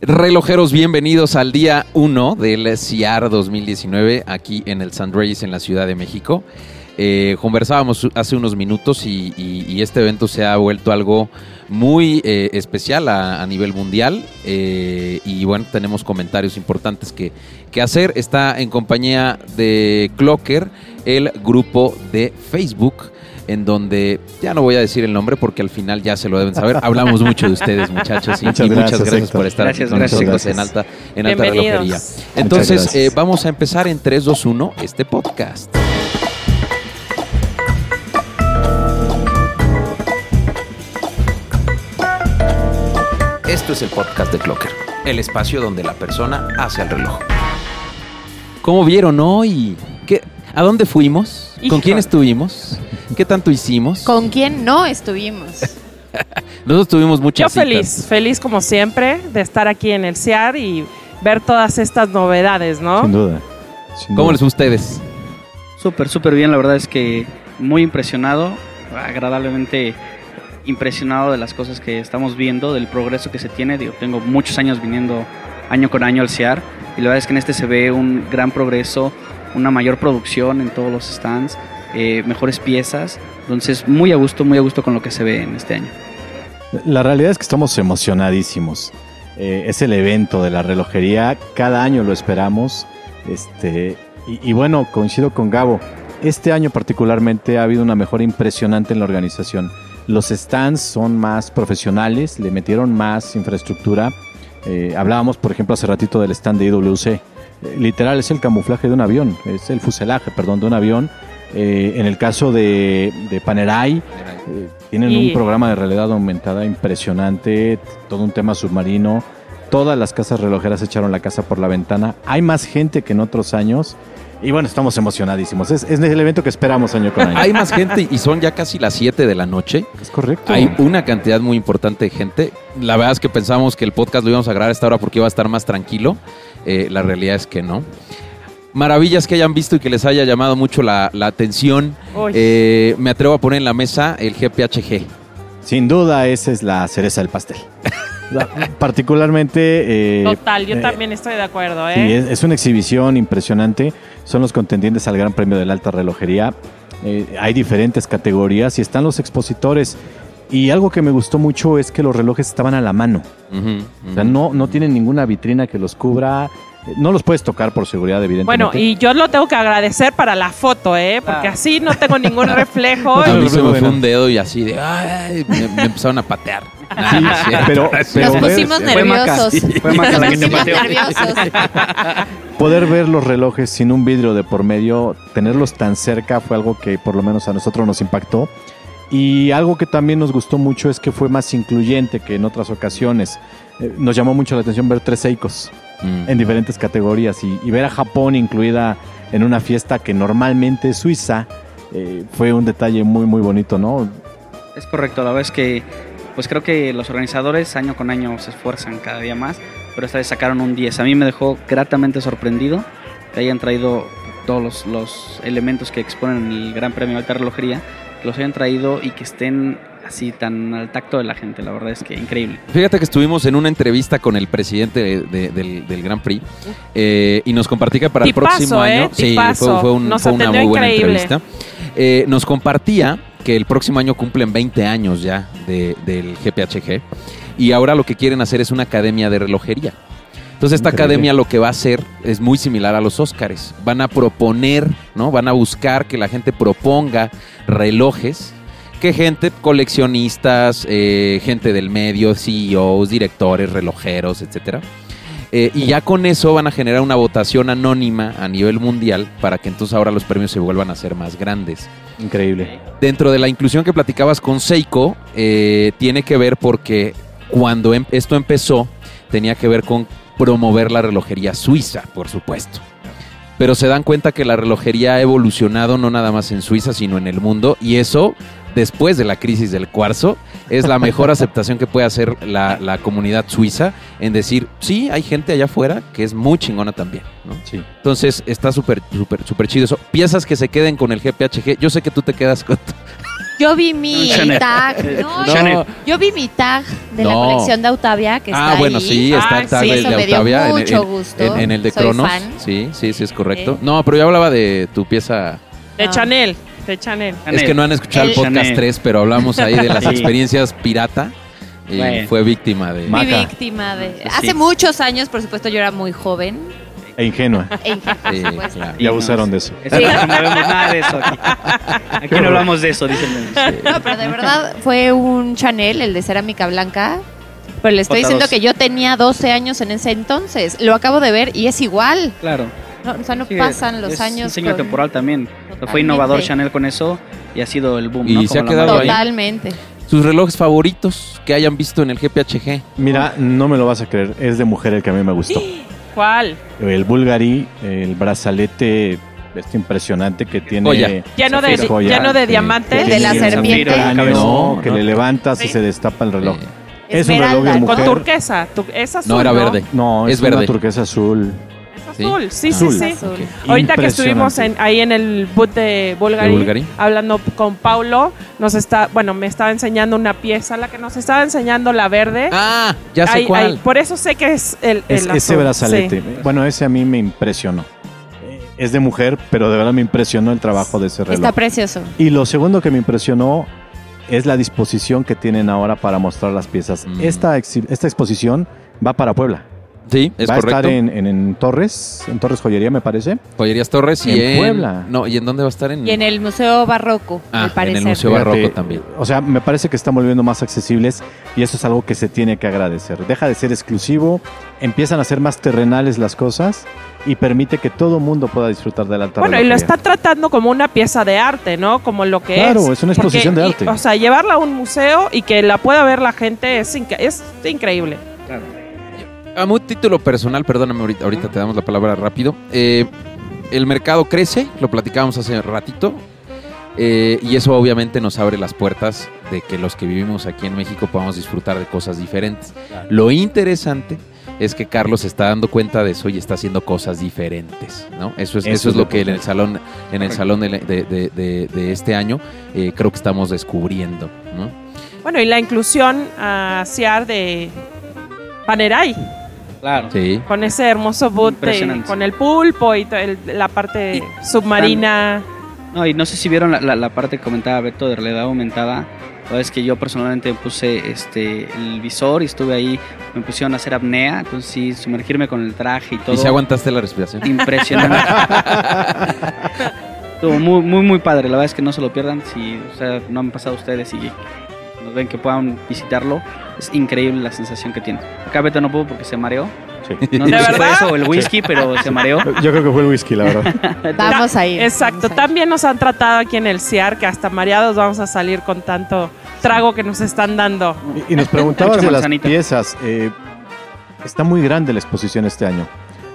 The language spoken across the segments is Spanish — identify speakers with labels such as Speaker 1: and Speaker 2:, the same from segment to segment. Speaker 1: Relojeros, bienvenidos al día 1 del CIAR 2019 aquí en el San Reyes en la Ciudad de México. Eh, conversábamos hace unos minutos y, y- y este evento se ha vuelto algo muy eh, especial a, a nivel mundial eh, y bueno, tenemos comentarios importantes que, que hacer. Está en compañía de Clocker, el grupo de Facebook, en donde ya no voy a decir el nombre porque al final ya se lo deben saber. Hablamos mucho de ustedes muchachos y y
Speaker 2: Muchas
Speaker 1: muchas, gracias,
Speaker 2: gracias,
Speaker 1: por
Speaker 2: Héctor.
Speaker 1: estar
Speaker 3: Gracias,
Speaker 1: aquí con
Speaker 3: gracias.
Speaker 1: nosotros en alta, en alta
Speaker 4: Bienvenidos.
Speaker 1: relojería.
Speaker 4: Muchas
Speaker 1: Entonces eh,
Speaker 2: gracias.
Speaker 1: vamos a empezar en 3, 2, 1 este podcast. Esto es el podcast de Clocker, el espacio donde la persona hace el reloj. ¿Cómo vieron hoy? ¿Qué- ¿A dónde fuimos? ¿Con
Speaker 4: Híjole.
Speaker 1: quién estuvimos? ¿Qué tanto hicimos?
Speaker 5: ¿Con quién no estuvimos?
Speaker 1: Nosotros tuvimos muchas
Speaker 4: Yo
Speaker 1: citas.
Speaker 4: feliz, feliz como siempre de estar aquí en el CIAR y ver todas estas novedades,
Speaker 2: Sin
Speaker 4: ¿no?
Speaker 2: duda. sin
Speaker 1: ¿Cómo
Speaker 2: duda.
Speaker 1: les fue a ustedes?
Speaker 3: Súper, súper bien, la verdad es que muy impresionado, agradablemente impresionado de las cosas que estamos viendo, del progreso que se tiene. Digo, tengo muchos años viniendo año con año al CIAR y la verdad es que en este se ve un gran progreso, una mayor producción en todos los stands, eh, mejores piezas. Entonces, muy a gusto, muy a gusto con lo que se ve en este año.
Speaker 2: La realidad es que estamos emocionadísimos. Eh, es el evento de la relojería, cada año lo esperamos. Este, y, y bueno, coincido con Gabo. Este año particularmente ha habido una mejora impresionante en la organización. Los stands son más profesionales, le metieron más infraestructura. Eh, hablábamos, por ejemplo, hace ratito del stand de IWC. Eh, literal, es el camuflaje de un avión, es el fuselaje, perdón, de un avión. Eh, en el caso de, de Panerai, eh, tienen
Speaker 4: Y-
Speaker 2: un programa de realidad aumentada impresionante, t- todo un tema submarino. Todas las casas relojeras echaron la casa por la ventana. Hay más gente que en otros años. Y bueno, estamos emocionadísimos. Es, es el evento que esperamos año con año.
Speaker 1: Hay más gente y son ya casi las 7 de la noche.
Speaker 2: es correcto.
Speaker 1: Hay una cantidad muy importante de gente. La verdad es que pensamos que el podcast lo íbamos a grabar a esta hora porque iba a estar más tranquilo. Eh, la realidad es que no. Maravillas que hayan visto y que les haya llamado mucho la, la atención.
Speaker 4: Uy,
Speaker 1: Eh, me atrevo a poner en la mesa el GPHG.
Speaker 2: Sin duda, esa es la cereza del pastel. La- particularmente... eh,
Speaker 4: total, yo
Speaker 2: eh,
Speaker 4: también estoy de acuerdo, ¿eh?
Speaker 2: Sí, es, es una exhibición impresionante. Son los contendientes al Gran Premio de la Alta Relojería. Eh, hay diferentes categorías y están los expositores. Y algo que me gustó mucho es que los relojes estaban a la mano.
Speaker 1: Ujú,
Speaker 2: O sea,
Speaker 1: ujú.
Speaker 2: no, no tienen ninguna vitrina que los cubra. Eh, No los puedes tocar por seguridad, evidentemente.
Speaker 4: Bueno, y yo lo tengo que agradecer para la foto, ¿eh? Porque
Speaker 3: Claro.
Speaker 4: así no tengo ningún reflejo.
Speaker 1: A
Speaker 2: Ay,
Speaker 1: mí se me fue
Speaker 2: bueno.
Speaker 1: un dedo y así de. ay, me, me empezaron a patear.
Speaker 2: Sí,
Speaker 1: Nah, Ah, sí.
Speaker 2: pero, pero
Speaker 5: Nos
Speaker 2: ver-
Speaker 5: pusimos
Speaker 3: Fue Maca.
Speaker 5: nerviosos.
Speaker 3: Fue Maca la
Speaker 5: Nos
Speaker 3: que te
Speaker 5: pusimos
Speaker 3: pateó.
Speaker 5: nerviosos.
Speaker 2: poder ver los relojes sin un vidrio de por medio, tenerlos tan cerca fue algo que por lo menos a nosotros nos impactó. Y algo que también nos gustó mucho es que fue más incluyente que en otras ocasiones. Eh, nos llamó mucho la atención ver tres Seikos
Speaker 1: Mm.
Speaker 2: en diferentes categorías y, y ver a Japón incluida en una fiesta que normalmente es suiza. eh, fue un detalle muy muy bonito, ¿no?
Speaker 3: Es correcto, la verdad es que pues creo que los organizadores año con año se esfuerzan cada día más, pero esta vez sacaron un 10. A mí me dejó gratamente sorprendido que hayan traído todos los, los elementos que exponen en el Gran Premio de Alta Relojería, que los hayan traído y que estén así tan al tacto de la gente, la verdad es que increíble.
Speaker 1: Fíjate que estuvimos en una entrevista con el presidente de- de- del, del Grand Prix eh, y nos compartía que para
Speaker 4: Tipazo,
Speaker 1: el próximo año.
Speaker 4: ¿eh? Tipazo.
Speaker 1: fue, fue un-
Speaker 4: Nos
Speaker 1: fue una
Speaker 4: atendió
Speaker 1: muy buena
Speaker 4: increíble.
Speaker 1: entrevista. Eh, nos compartía que el próximo año cumplen 20 años ya de- del GPHG y ahora lo que quieren hacer es una academia de relojería. Entonces esta
Speaker 2: Increíble.
Speaker 1: academia lo que va a hacer es muy similar a los Óscares. Van a proponer, ¿no? Van a buscar que la gente proponga relojes que gente, coleccionistas, eh, gente del medio, CEOs, directores, relojeros, etcétera. Eh, y ya con eso van a generar una votación anónima a nivel mundial para que entonces ahora los premios se vuelvan a ser más grandes.
Speaker 2: Increíble.
Speaker 1: Dentro de la inclusión que platicabas con Seiko, eh, tiene que ver porque cuando em- esto empezó, tenía que ver con promover la relojería suiza, por supuesto. Pero se dan cuenta que la relojería ha evolucionado no nada más en Suiza, sino en el mundo, y eso, después de la crisis del cuarzo, es la mejor aceptación que puede hacer la, la comunidad suiza en decir, sí, hay gente allá afuera que es muy chingona también, ¿no?
Speaker 2: Sí.
Speaker 1: Entonces está súper, súper, súper chido eso. Piezas que se queden con el GPHG. Yo sé que tú te quedas con,
Speaker 5: Yo vi mi
Speaker 3: Chanel.
Speaker 5: tag.
Speaker 3: Eh,
Speaker 5: No,
Speaker 1: No.
Speaker 3: Chanel.
Speaker 5: Yo vi mi tag de la
Speaker 1: No.
Speaker 5: colección de Autavia que está
Speaker 1: Ah, bueno,
Speaker 5: ahí.
Speaker 1: sí, está
Speaker 4: Ah,
Speaker 1: el tag
Speaker 4: sí,
Speaker 1: del
Speaker 5: eso
Speaker 1: de
Speaker 5: me dio
Speaker 1: Octavia en,
Speaker 5: mucho
Speaker 1: en-
Speaker 5: gusto.
Speaker 1: en- en el de
Speaker 5: Soy
Speaker 1: Cronos.
Speaker 5: fan.
Speaker 1: Sí, sí, sí, es correcto. No, pero yo hablaba de tu pieza.
Speaker 4: De
Speaker 5: Ah.
Speaker 4: Chanel, de Chanel.
Speaker 1: Es que no han escuchado el,
Speaker 5: El-
Speaker 1: podcast
Speaker 3: Chanel.
Speaker 1: 3, pero hablamos ahí de las
Speaker 3: Sí.
Speaker 1: experiencias pirata y
Speaker 3: Bueno.
Speaker 1: fue víctima de.
Speaker 5: Fui
Speaker 2: Maca.
Speaker 5: víctima de.
Speaker 3: Sí.
Speaker 5: Hace muchos años, por supuesto, yo era muy joven.
Speaker 2: E ingenua.
Speaker 5: E ingenua,
Speaker 1: Sí,
Speaker 5: por supuesto.
Speaker 1: claro.
Speaker 3: Y
Speaker 2: Ya abusaron de eso.
Speaker 3: Eso
Speaker 5: Sí.
Speaker 3: no vemos nada de eso aquí. Aquí no hablamos de eso, dicen.
Speaker 5: No, pero de verdad fue un Chanel, el de cerámica blanca. Pero le estoy
Speaker 3: J2.
Speaker 5: diciendo que yo tenía 12 años en ese entonces. Lo acabo de ver y es igual.
Speaker 3: Claro.
Speaker 5: No, o sea, no
Speaker 3: Sí,
Speaker 5: pasan los
Speaker 3: es
Speaker 5: años.
Speaker 3: Diseño
Speaker 5: con-
Speaker 3: temporal también. Fue
Speaker 5: Totalmente.
Speaker 3: innovador Chanel con eso y ha sido el boom.
Speaker 1: Y
Speaker 3: ¿no?
Speaker 1: se
Speaker 3: Como
Speaker 1: ha
Speaker 3: la
Speaker 1: quedado
Speaker 3: mayoría.
Speaker 1: ahí.
Speaker 5: Totalmente.
Speaker 1: Sus relojes favoritos que hayan visto en el GPHG.
Speaker 2: Mira, no me lo vas a creer. Es de mujer el que a mí me gustó.
Speaker 4: ¿Cuál?
Speaker 2: El Bulgari, el brazalete este impresionante que tiene.
Speaker 1: Joya.
Speaker 4: Lleno de,
Speaker 2: Zafiro, joya,
Speaker 4: lleno de
Speaker 2: que-
Speaker 4: diamantes.
Speaker 5: El de la
Speaker 2: tiene un
Speaker 5: serpiente.
Speaker 2: cráneo,
Speaker 1: No,
Speaker 2: que
Speaker 1: no.
Speaker 2: le levantas y
Speaker 4: Sí.
Speaker 2: se destapa el reloj.
Speaker 1: Eh,
Speaker 2: Es un reloj de
Speaker 5: Esmeralda.
Speaker 2: mujer.
Speaker 4: Con turquesa. tu- es azul,
Speaker 1: no, era verde.
Speaker 2: No,
Speaker 1: Es
Speaker 2: es,
Speaker 1: verde.
Speaker 2: una turquesa azul.
Speaker 4: Es
Speaker 1: Sí.
Speaker 4: azul, sí,
Speaker 2: Azul.
Speaker 4: sí, sí.
Speaker 5: Azul.
Speaker 1: Ok.
Speaker 4: Ahorita que estuvimos en-
Speaker 2: Impresionante.
Speaker 4: ahí en el boot de Bulgari,
Speaker 1: ¿De Bulgari?
Speaker 4: hablando con Paulo, nos está, bueno, me estaba enseñando una pieza, la que nos estaba enseñando la verde.
Speaker 1: Ah, ya sé
Speaker 4: Ahí-
Speaker 1: cuál.
Speaker 4: ahí, por eso sé que es el, el
Speaker 2: Es-
Speaker 4: azul,
Speaker 2: ese brazalete.
Speaker 4: sí.
Speaker 2: Bueno, ese a mí me impresionó. Eh, Es de mujer, pero de verdad me impresionó el trabajo de ese reloj.
Speaker 5: Está precioso.
Speaker 2: Y lo segundo que me impresionó es la disposición que tienen ahora para mostrar las piezas.
Speaker 1: Mm.
Speaker 2: Esta, exhi- esta exposición va para Puebla.
Speaker 1: Sí, es
Speaker 2: va a estar
Speaker 1: correcto.
Speaker 2: en, en- en Torres, en Torres Joyería, me parece.
Speaker 1: Joyerías Torres y en,
Speaker 2: en Puebla.
Speaker 1: No, ¿y en dónde va a estar? En,
Speaker 5: Y en el Museo Barroco,
Speaker 1: Mm. Ah,
Speaker 5: al parecer.
Speaker 1: en el Museo Barroco también.
Speaker 2: O sea, me parece que estamos volviendo más accesibles y eso es algo que se tiene que agradecer. Deja de ser exclusivo, empiezan a ser más terrenales las cosas y permite que todo mundo pueda disfrutar de la alta
Speaker 4: Bueno, y lo
Speaker 2: relojería.
Speaker 4: está tratando como una pieza de arte, ¿no? Como lo que es.
Speaker 2: Claro, es una exposición de
Speaker 4: y-
Speaker 2: arte.
Speaker 4: o sea, llevarla a un museo y que la pueda ver la gente es, inca- es increíble.
Speaker 3: Claro.
Speaker 1: A muy título personal, perdóname, ahorita, ahorita te damos la palabra rápido. Eh, el mercado crece, lo platicábamos hace ratito, eh, y eso obviamente nos abre las puertas de que los que vivimos aquí en México podamos disfrutar de cosas diferentes. Lo interesante es que Carlos está dando cuenta de eso y está haciendo cosas diferentes, ¿no? Eso es, eso
Speaker 2: Eso es
Speaker 1: es lo
Speaker 2: lo
Speaker 1: que en el
Speaker 2: importante.
Speaker 1: salón, en el
Speaker 3: Correcto.
Speaker 1: salón de, la- de- de- de- de este año eh, creo que estamos descubriendo, ¿no?
Speaker 4: Bueno, y la inclusión a CIAR de Paneray,
Speaker 3: Claro.
Speaker 1: Sí.
Speaker 4: con ese hermoso boot de-
Speaker 3: Impresionante.
Speaker 4: con el pulpo y to- el- la parte submarina.
Speaker 3: No, y no sé si vieron la, la- la parte que comentaba Beto de realidad aumentada. La verdad es que yo personalmente puse este el visor y estuve ahí. Me pusieron a hacer apnea. Entonces, sí, sumergirme con el traje y todo.
Speaker 1: Y si aguantaste la respiración.
Speaker 3: Impresionante. Estuvo muy, muy, muy padre. La verdad es que no se lo pierdan. Si o sea, no han pasado ustedes y nos ven que puedan visitarlo, es increíble la sensación que tiene. Acá Beto no pudo porque se mareó.
Speaker 2: Sí.
Speaker 3: No
Speaker 4: ¿De
Speaker 3: sé si fue
Speaker 4: verdad?
Speaker 3: eso o el whisky, pero se mareó.
Speaker 2: Yo creo que fue el whisky, la verdad.
Speaker 5: Vamos a ir.
Speaker 4: Exacto,
Speaker 5: vamos a ir.
Speaker 4: también nos han tratado aquí en el CIAR que hasta mareados vamos a salir con tanto trago que nos están dando.
Speaker 2: Y, y nos preguntabas
Speaker 3: Mucha
Speaker 2: de las
Speaker 3: manzanita.
Speaker 2: piezas. eh, está muy grande la exposición este año.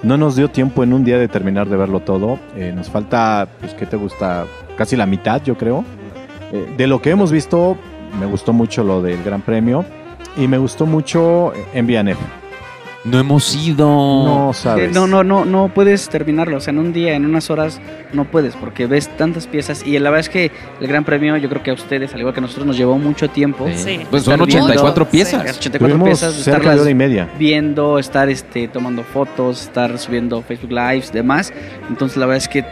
Speaker 2: No nos dio tiempo en un día de terminar de verlo todo. Eh, nos falta, pues, ¿qué te gusta? Casi la mitad, yo creo. Eh, de lo que hemos visto, me gustó mucho lo del Gran Premio. Y me gustó mucho eh, en Vianef.
Speaker 1: No hemos ido.
Speaker 2: No sabes.
Speaker 3: No, no, no, no puedes terminarlo. O sea, en un día, en unas horas, no puedes porque ves tantas piezas. Y la verdad es que el Gran Premio, yo creo que a ustedes, al igual que a nosotros, nos llevó mucho tiempo.
Speaker 1: Sí.
Speaker 4: Sí.
Speaker 1: Pues son
Speaker 3: Estar
Speaker 1: 84
Speaker 5: viendo.
Speaker 1: piezas.
Speaker 3: Las 84
Speaker 2: Tuvimos
Speaker 3: piezas,
Speaker 2: cerca de
Speaker 3: estarlas
Speaker 2: hora y media.
Speaker 3: viendo, estar este, tomando fotos, estar subiendo Facebook Lives, demás. Entonces, la verdad es que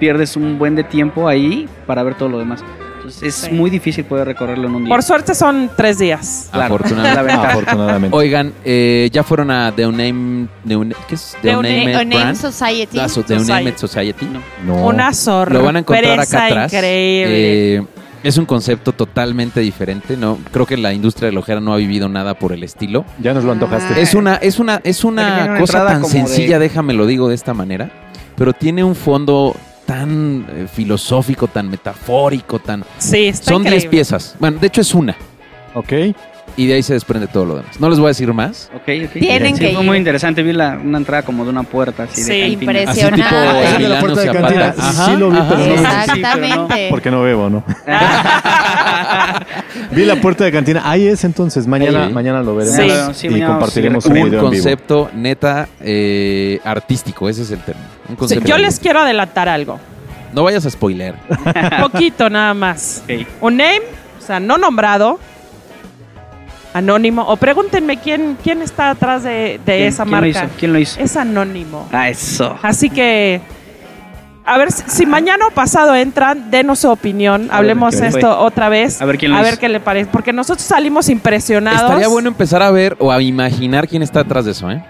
Speaker 3: pierdes un buen de tiempo ahí para ver todo lo demás. Entonces, es
Speaker 4: Sí.
Speaker 3: muy difícil poder recorrerlo en un día.
Speaker 4: Por suerte son tres días.
Speaker 3: Claro.
Speaker 1: Afortunadamente.
Speaker 3: La ventaja.
Speaker 2: Afortunadamente.
Speaker 1: Oigan, eh, ya fueron a The Unnamed... The Un- ¿Qué es? The
Speaker 4: The
Speaker 1: Unnamed
Speaker 5: Unnamed
Speaker 1: Brand.
Speaker 5: Society.
Speaker 1: Ah, so- The
Speaker 4: Society.
Speaker 1: Unnamed Society.
Speaker 3: No.
Speaker 2: No.
Speaker 4: Una sorpresa
Speaker 1: Oh. Lo van a encontrar acá atrás.
Speaker 4: increíble.
Speaker 1: Eh, es un concepto totalmente diferente, ¿no? Creo que la industria relojera no ha vivido nada por el estilo.
Speaker 2: Ya nos lo antojaste.
Speaker 1: Es una, es una, es
Speaker 3: Pero tiene
Speaker 1: una
Speaker 3: una
Speaker 1: cosa
Speaker 3: entrada
Speaker 1: tan
Speaker 3: como
Speaker 1: sencilla, déjame lo digo de esta manera, pero tiene un fondo tan eh, filosófico, tan metafórico, tan...
Speaker 4: sí, está
Speaker 1: Son 10
Speaker 4: increíble.
Speaker 1: piezas. Bueno, de hecho es una.
Speaker 2: Ok.
Speaker 1: Y de ahí se desprende todo lo demás. No les voy a decir más.
Speaker 3: Ok, ok.
Speaker 5: Tienen
Speaker 3: Sí,
Speaker 5: que
Speaker 3: fue
Speaker 5: ir.
Speaker 3: muy interesante. Vi la, una entrada como de una puerta así
Speaker 4: Sí,
Speaker 3: de cantina.
Speaker 5: impresionante.
Speaker 1: Así tipo
Speaker 5: Impresionante.
Speaker 1: el
Speaker 2: de
Speaker 5: Esa
Speaker 2: la
Speaker 1: Milano
Speaker 2: puerta de
Speaker 1: Zapata.
Speaker 2: cantina. Sí lo vi, pero no lo vi.
Speaker 5: Exactamente.
Speaker 2: Porque no bebo, ¿no?
Speaker 3: Ah.
Speaker 2: Vi la puerta de cantina. Ahí es entonces. Mañana,
Speaker 1: Ahí.
Speaker 2: mañana lo
Speaker 4: Sí.
Speaker 2: veremos
Speaker 3: Sí,
Speaker 2: y
Speaker 3: mañana
Speaker 2: compartiremos
Speaker 3: sí,
Speaker 2: un
Speaker 1: un
Speaker 2: video en vivo.
Speaker 1: concepto neta eh, artístico, ese es el término. Un
Speaker 4: Sí,
Speaker 1: concepto
Speaker 4: yo les quiero adelantar algo.
Speaker 1: No vayas a spoiler.
Speaker 4: Poquito nada más.
Speaker 3: Ok.
Speaker 4: Un name, o sea, no nombrado, anónimo. O pregúntenme quién, quién está atrás de, de
Speaker 3: ¿Quién-
Speaker 4: esa
Speaker 3: quién lo
Speaker 4: marca.
Speaker 3: hizo? ¿Quién lo hizo?
Speaker 4: Es anónimo.
Speaker 3: Ah, eso.
Speaker 4: Así que, a ver, si si mañana o pasado entran, denos su opinión.
Speaker 3: A ver,
Speaker 4: Hablemos
Speaker 3: ¿qué fue?
Speaker 4: esto otra vez.
Speaker 3: A ver quién lo hizo.
Speaker 4: qué le parece. Porque nosotros salimos impresionados.
Speaker 1: Estaría bueno empezar a ver o a imaginar quién está atrás de eso, ¿eh?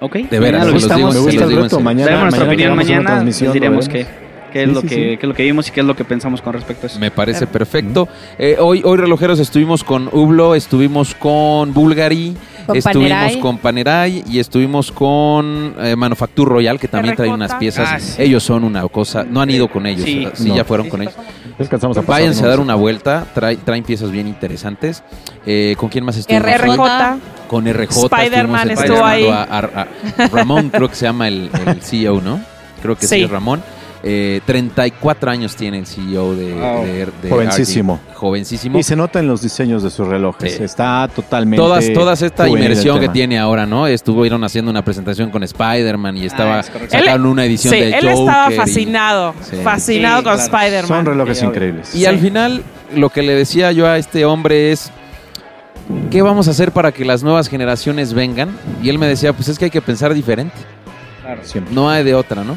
Speaker 3: Ok.
Speaker 1: De veras, se
Speaker 3: Mañana lo
Speaker 1: los
Speaker 3: visitamos.
Speaker 1: digo,
Speaker 2: me
Speaker 1: se
Speaker 2: gusta
Speaker 1: los
Speaker 2: el
Speaker 1: digo en
Speaker 2: reto.
Speaker 1: serio.
Speaker 2: Mañana,
Speaker 3: Daremos nuestra opinión
Speaker 2: tengamos una
Speaker 3: mañana,
Speaker 2: transmisión,
Speaker 3: les diremos
Speaker 2: lo
Speaker 3: qué,
Speaker 2: veremos.
Speaker 3: qué es
Speaker 2: Sí,
Speaker 3: lo
Speaker 2: sí,
Speaker 3: que,
Speaker 2: sí.
Speaker 3: qué es lo que vimos y qué es lo que pensamos con respecto a eso.
Speaker 1: Me parece
Speaker 4: Claro.
Speaker 1: perfecto. Eh, hoy, hoy, relojeros, estuvimos con Ublo, estuvimos con Bulgari,
Speaker 5: Con
Speaker 1: estuvimos
Speaker 5: Panerai.
Speaker 1: con Panerai y estuvimos con eh, Manufactur Royal, que también trae
Speaker 4: Terracota.
Speaker 1: unas piezas.
Speaker 3: Ah, sí.
Speaker 1: Ellos son una cosa. No han ido con ellos,
Speaker 3: Sí.
Speaker 1: sí, sí
Speaker 2: No.
Speaker 1: ya fueron con
Speaker 3: Sí, sí,
Speaker 1: ellos.
Speaker 2: Descansamos a pasar,
Speaker 1: Váyanse a
Speaker 2: ¿no?
Speaker 1: dar una vuelta, trae- traen piezas bien interesantes. Eh, ¿Con quién más estuvimos? hoy?
Speaker 4: RJ.
Speaker 1: Con RJ.
Speaker 4: Spider-Man
Speaker 1: estuvimos entrevistando
Speaker 3: estuvo
Speaker 4: ahí.
Speaker 1: A, a- a Ramón, creo que se llama el, el CEO, ¿no? Creo que sí,
Speaker 4: Sí.
Speaker 1: es Ramón. Eh, 34 años tiene el CEO de,
Speaker 3: Wow.
Speaker 1: de- de
Speaker 2: Jovencísimo.
Speaker 1: RD. Jovencísimo.
Speaker 2: Y se nota en los diseños de sus relojes.
Speaker 1: Sí.
Speaker 2: Está totalmente.
Speaker 1: Todas, todas esta
Speaker 2: juvenil el
Speaker 1: inmersión que
Speaker 2: tema.
Speaker 1: tiene ahora, ¿no? Estuvieron haciendo una presentación con Spider-Man y estaba
Speaker 3: Ah, es correcto.
Speaker 1: sacaron una edición
Speaker 4: Sí,
Speaker 1: de
Speaker 4: él
Speaker 1: Joker.
Speaker 4: estaba
Speaker 1: y-
Speaker 4: fascinado.
Speaker 1: Sí.
Speaker 4: Fascinado
Speaker 3: Sí,
Speaker 4: con
Speaker 3: claro.
Speaker 4: Spider-Man.
Speaker 2: Son relojes
Speaker 3: Sí, obvio.
Speaker 2: increíbles.
Speaker 1: Y al final, lo que le decía yo a este hombre es, ¿qué vamos a hacer para que las nuevas generaciones vengan? Y él me decía, pues es que hay que pensar diferente,
Speaker 3: Claro.
Speaker 2: Siempre.
Speaker 1: no hay de otra, ¿no?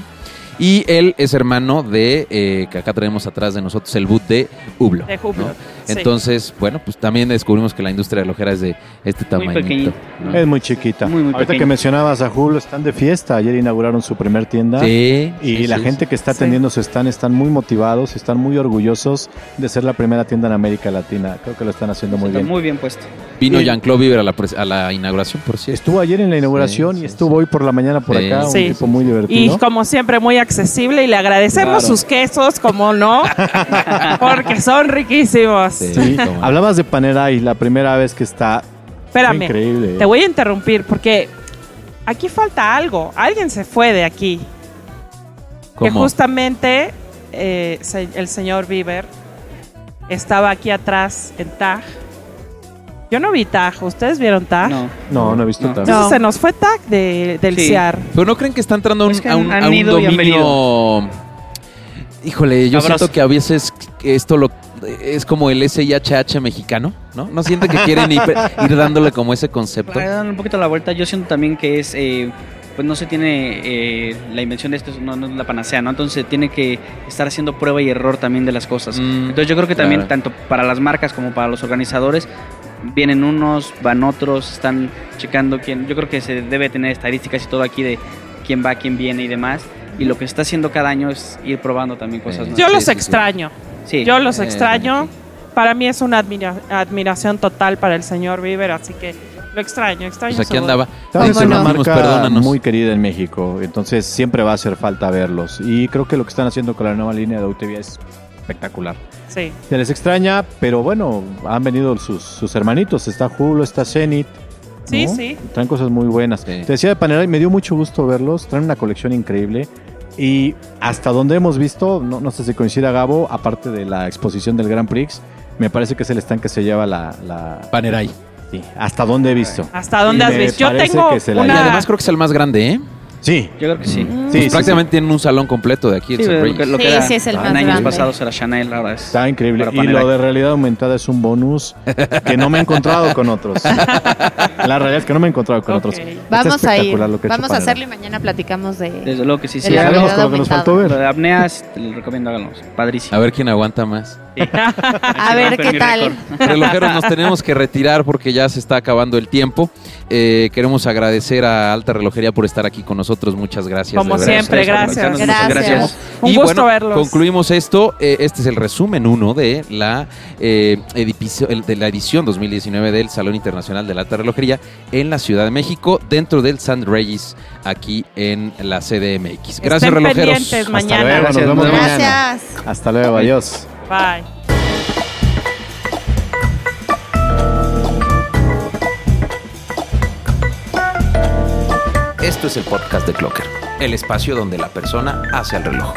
Speaker 1: Y él es hermano de, eh, que acá tenemos atrás de nosotros, el boot de Ublo.
Speaker 4: De Júbilo.
Speaker 1: ¿no?
Speaker 4: Sí.
Speaker 1: Entonces, bueno, pues también descubrimos que la industria de lojera es de este tamaño.
Speaker 3: pequeñita.
Speaker 2: Es muy chiquita.
Speaker 3: Muy, muy
Speaker 2: Ahorita
Speaker 3: pequeña.
Speaker 2: que mencionabas a Julio, están de fiesta. Ayer inauguraron su primer tienda.
Speaker 1: Sí,
Speaker 2: Y
Speaker 1: sí,
Speaker 2: la
Speaker 1: sí,
Speaker 2: gente que está
Speaker 4: Sí.
Speaker 2: atendiendo su stand están muy motivados, están muy orgullosos de ser la primera tienda en América Latina. Creo que lo están haciendo muy
Speaker 3: Está
Speaker 2: bien.
Speaker 3: muy bien puesto.
Speaker 1: sí. Vino
Speaker 2: y-
Speaker 1: Jean-Claude Bieber a la, pres- a la inauguración, por cierto.
Speaker 2: Estuvo ayer en la inauguración
Speaker 1: Sí,
Speaker 2: y
Speaker 1: sí,
Speaker 2: estuvo
Speaker 1: sí.
Speaker 2: hoy por la mañana por
Speaker 1: Sí.
Speaker 2: acá, un
Speaker 4: Sí.
Speaker 2: tipo muy
Speaker 4: Y
Speaker 2: divertido.
Speaker 4: como siempre, muy accesible. Y le agradecemos
Speaker 3: Claro.
Speaker 4: sus quesos, como no, porque son riquísimos.
Speaker 2: Sí.
Speaker 1: Este, cómo no.
Speaker 2: Hablabas de Panerai, la primera vez que está Fue
Speaker 4: Espérame,
Speaker 2: increíble.
Speaker 4: te voy a interrumpir porque aquí falta algo. Alguien se fue de aquí. Que
Speaker 1: ¿Cómo?
Speaker 4: justamente eh, se- el señor Bieber estaba aquí atrás en Taj. Yo no vi Taj. ¿Ustedes vieron Taj?
Speaker 3: No.
Speaker 2: No, no he visto
Speaker 3: No.
Speaker 2: tanto.
Speaker 4: Entonces
Speaker 5: No.
Speaker 4: se nos fue Taj de- del
Speaker 3: Sí.
Speaker 4: CIAR.
Speaker 1: Pero no creen que está entrando a un,
Speaker 3: Es que
Speaker 1: a un-
Speaker 3: han
Speaker 1: a un
Speaker 3: ido y han
Speaker 1: dominio. Híjole, yo
Speaker 3: Abrazo.
Speaker 1: siento que a veces esto lo es como el SIHH mexicano, ¿no? No siente que quieren ir, ir dándole como ese concepto.
Speaker 3: Para darle un poquito la vuelta, yo siento también que es, eh, pues no se tiene eh, la invención de esto, no, no es la panacea, ¿no? Entonces tiene que estar haciendo prueba y error también de las cosas.
Speaker 1: Mm,
Speaker 3: Entonces yo creo que también
Speaker 1: claro.
Speaker 3: tanto para las marcas como para los organizadores vienen unos, van otros, están checando quién. Yo creo que se debe tener estadísticas y todo aquí de quién va, quién viene y demás. Y lo que está haciendo cada año es ir probando también cosas
Speaker 1: Sí.
Speaker 3: nuevas.
Speaker 4: Yo
Speaker 1: Sí,
Speaker 4: los
Speaker 1: sí, sí.
Speaker 4: extraño.
Speaker 3: Sí.
Speaker 4: Yo los
Speaker 1: Eh,
Speaker 4: extraño.
Speaker 1: sí.
Speaker 4: Para mí es una admira- admiración total para el señor Bieber, así que lo extraño, extraño.
Speaker 1: Pues aquí
Speaker 4: su-
Speaker 1: andaba.
Speaker 2: Tal vez
Speaker 5: Ay,
Speaker 2: es una
Speaker 5: bueno.
Speaker 1: Dijimos,
Speaker 2: marca
Speaker 1: perdónanos.
Speaker 2: muy querida en México, entonces siempre va a hacer falta verlos. Y creo que lo que están haciendo con la nueva línea de UTV es espectacular.
Speaker 4: Sí.
Speaker 2: Se les extraña, pero bueno, han venido sus, sus hermanitos. Está Julo, está Zenit.
Speaker 4: Sí,
Speaker 2: ¿no?
Speaker 4: sí.
Speaker 2: Traen cosas muy buenas.
Speaker 1: Sí.
Speaker 2: Te decía de Panerai, me dio mucho gusto verlos. Traen una colección increíble. Y hasta donde hemos visto, no, no sé si coincida Gabo, aparte de la exposición del Grand Prix, me parece que es el stand que se lleva la. la-
Speaker 1: Panerai.
Speaker 2: sí, hasta donde he visto.
Speaker 4: ¿Hasta dónde
Speaker 2: Y
Speaker 4: has
Speaker 2: me
Speaker 4: visto? Yo
Speaker 2: parece
Speaker 4: tengo
Speaker 2: que se la-
Speaker 1: Y
Speaker 4: una...
Speaker 1: además creo que es el más grande, ¿eh?
Speaker 2: Sí.
Speaker 3: Yo creo que sí.
Speaker 2: Mm.
Speaker 1: Pues
Speaker 2: Sí, sí,
Speaker 1: prácticamente tienen un salón completo de aquí. el
Speaker 3: Sí,
Speaker 1: Sunrise.
Speaker 3: lo que, lo
Speaker 5: Sí,
Speaker 3: que era
Speaker 5: sí es el
Speaker 1: Ah,
Speaker 3: en
Speaker 5: más
Speaker 3: años
Speaker 5: grande.
Speaker 3: pasados era Chanel, ahora es.
Speaker 2: Está increíble.
Speaker 3: Para
Speaker 2: Y
Speaker 3: Panerai.
Speaker 2: lo de realidad aumentada es un bonus que no me he encontrado con otros. La realidad es que no me he encontrado con
Speaker 4: Ok.
Speaker 2: otros. Está
Speaker 5: Vamos a ir.
Speaker 2: espectacular lo que ha hecho
Speaker 5: Vamos a
Speaker 2: Panerai.
Speaker 5: hacerlo y mañana platicamos de.
Speaker 3: Desde luego que sí, sí.
Speaker 5: El
Speaker 2: Ya
Speaker 5: la
Speaker 2: vemos
Speaker 5: realidad
Speaker 2: con lo que nos
Speaker 5: aumentada.
Speaker 2: faltó ver.
Speaker 3: Lo de apneas, les recomiendo háganlos. Padrísimo. Este
Speaker 1: A ver quién aguanta más.
Speaker 5: A ver
Speaker 3: Rompen
Speaker 5: qué
Speaker 3: mi
Speaker 5: tal.
Speaker 3: récord.
Speaker 1: Relojeros, nos tenemos que retirar porque ya se está acabando el tiempo. Eh, queremos agradecer a Alta Relojería por estar aquí con nosotros. Muchas gracias.
Speaker 4: Como
Speaker 1: de verdad.
Speaker 4: siempre, gracias.
Speaker 3: Muchas gracias.
Speaker 5: Gracias.
Speaker 4: Un
Speaker 1: y
Speaker 4: gusto
Speaker 1: bueno,
Speaker 4: verlos.
Speaker 1: concluimos esto. Eh, este es el resumen uno de la, eh, edificio- el- de la edición 2019 del Salón Internacional de la Alta Relojería en la Ciudad de México, dentro del San Reyes, aquí en la CDMX. Gracias,
Speaker 4: Estén
Speaker 1: relojeros.
Speaker 4: pendientes
Speaker 2: Hasta
Speaker 4: mañana.
Speaker 2: luego,
Speaker 3: Gracias,
Speaker 2: nos vemos
Speaker 3: nos vemos.
Speaker 2: mañana.
Speaker 5: Gracias.
Speaker 2: Hasta luego, adiós.
Speaker 4: Bye.
Speaker 1: Esto es el podcast de Clocker, el espacio donde la persona hace al reloj.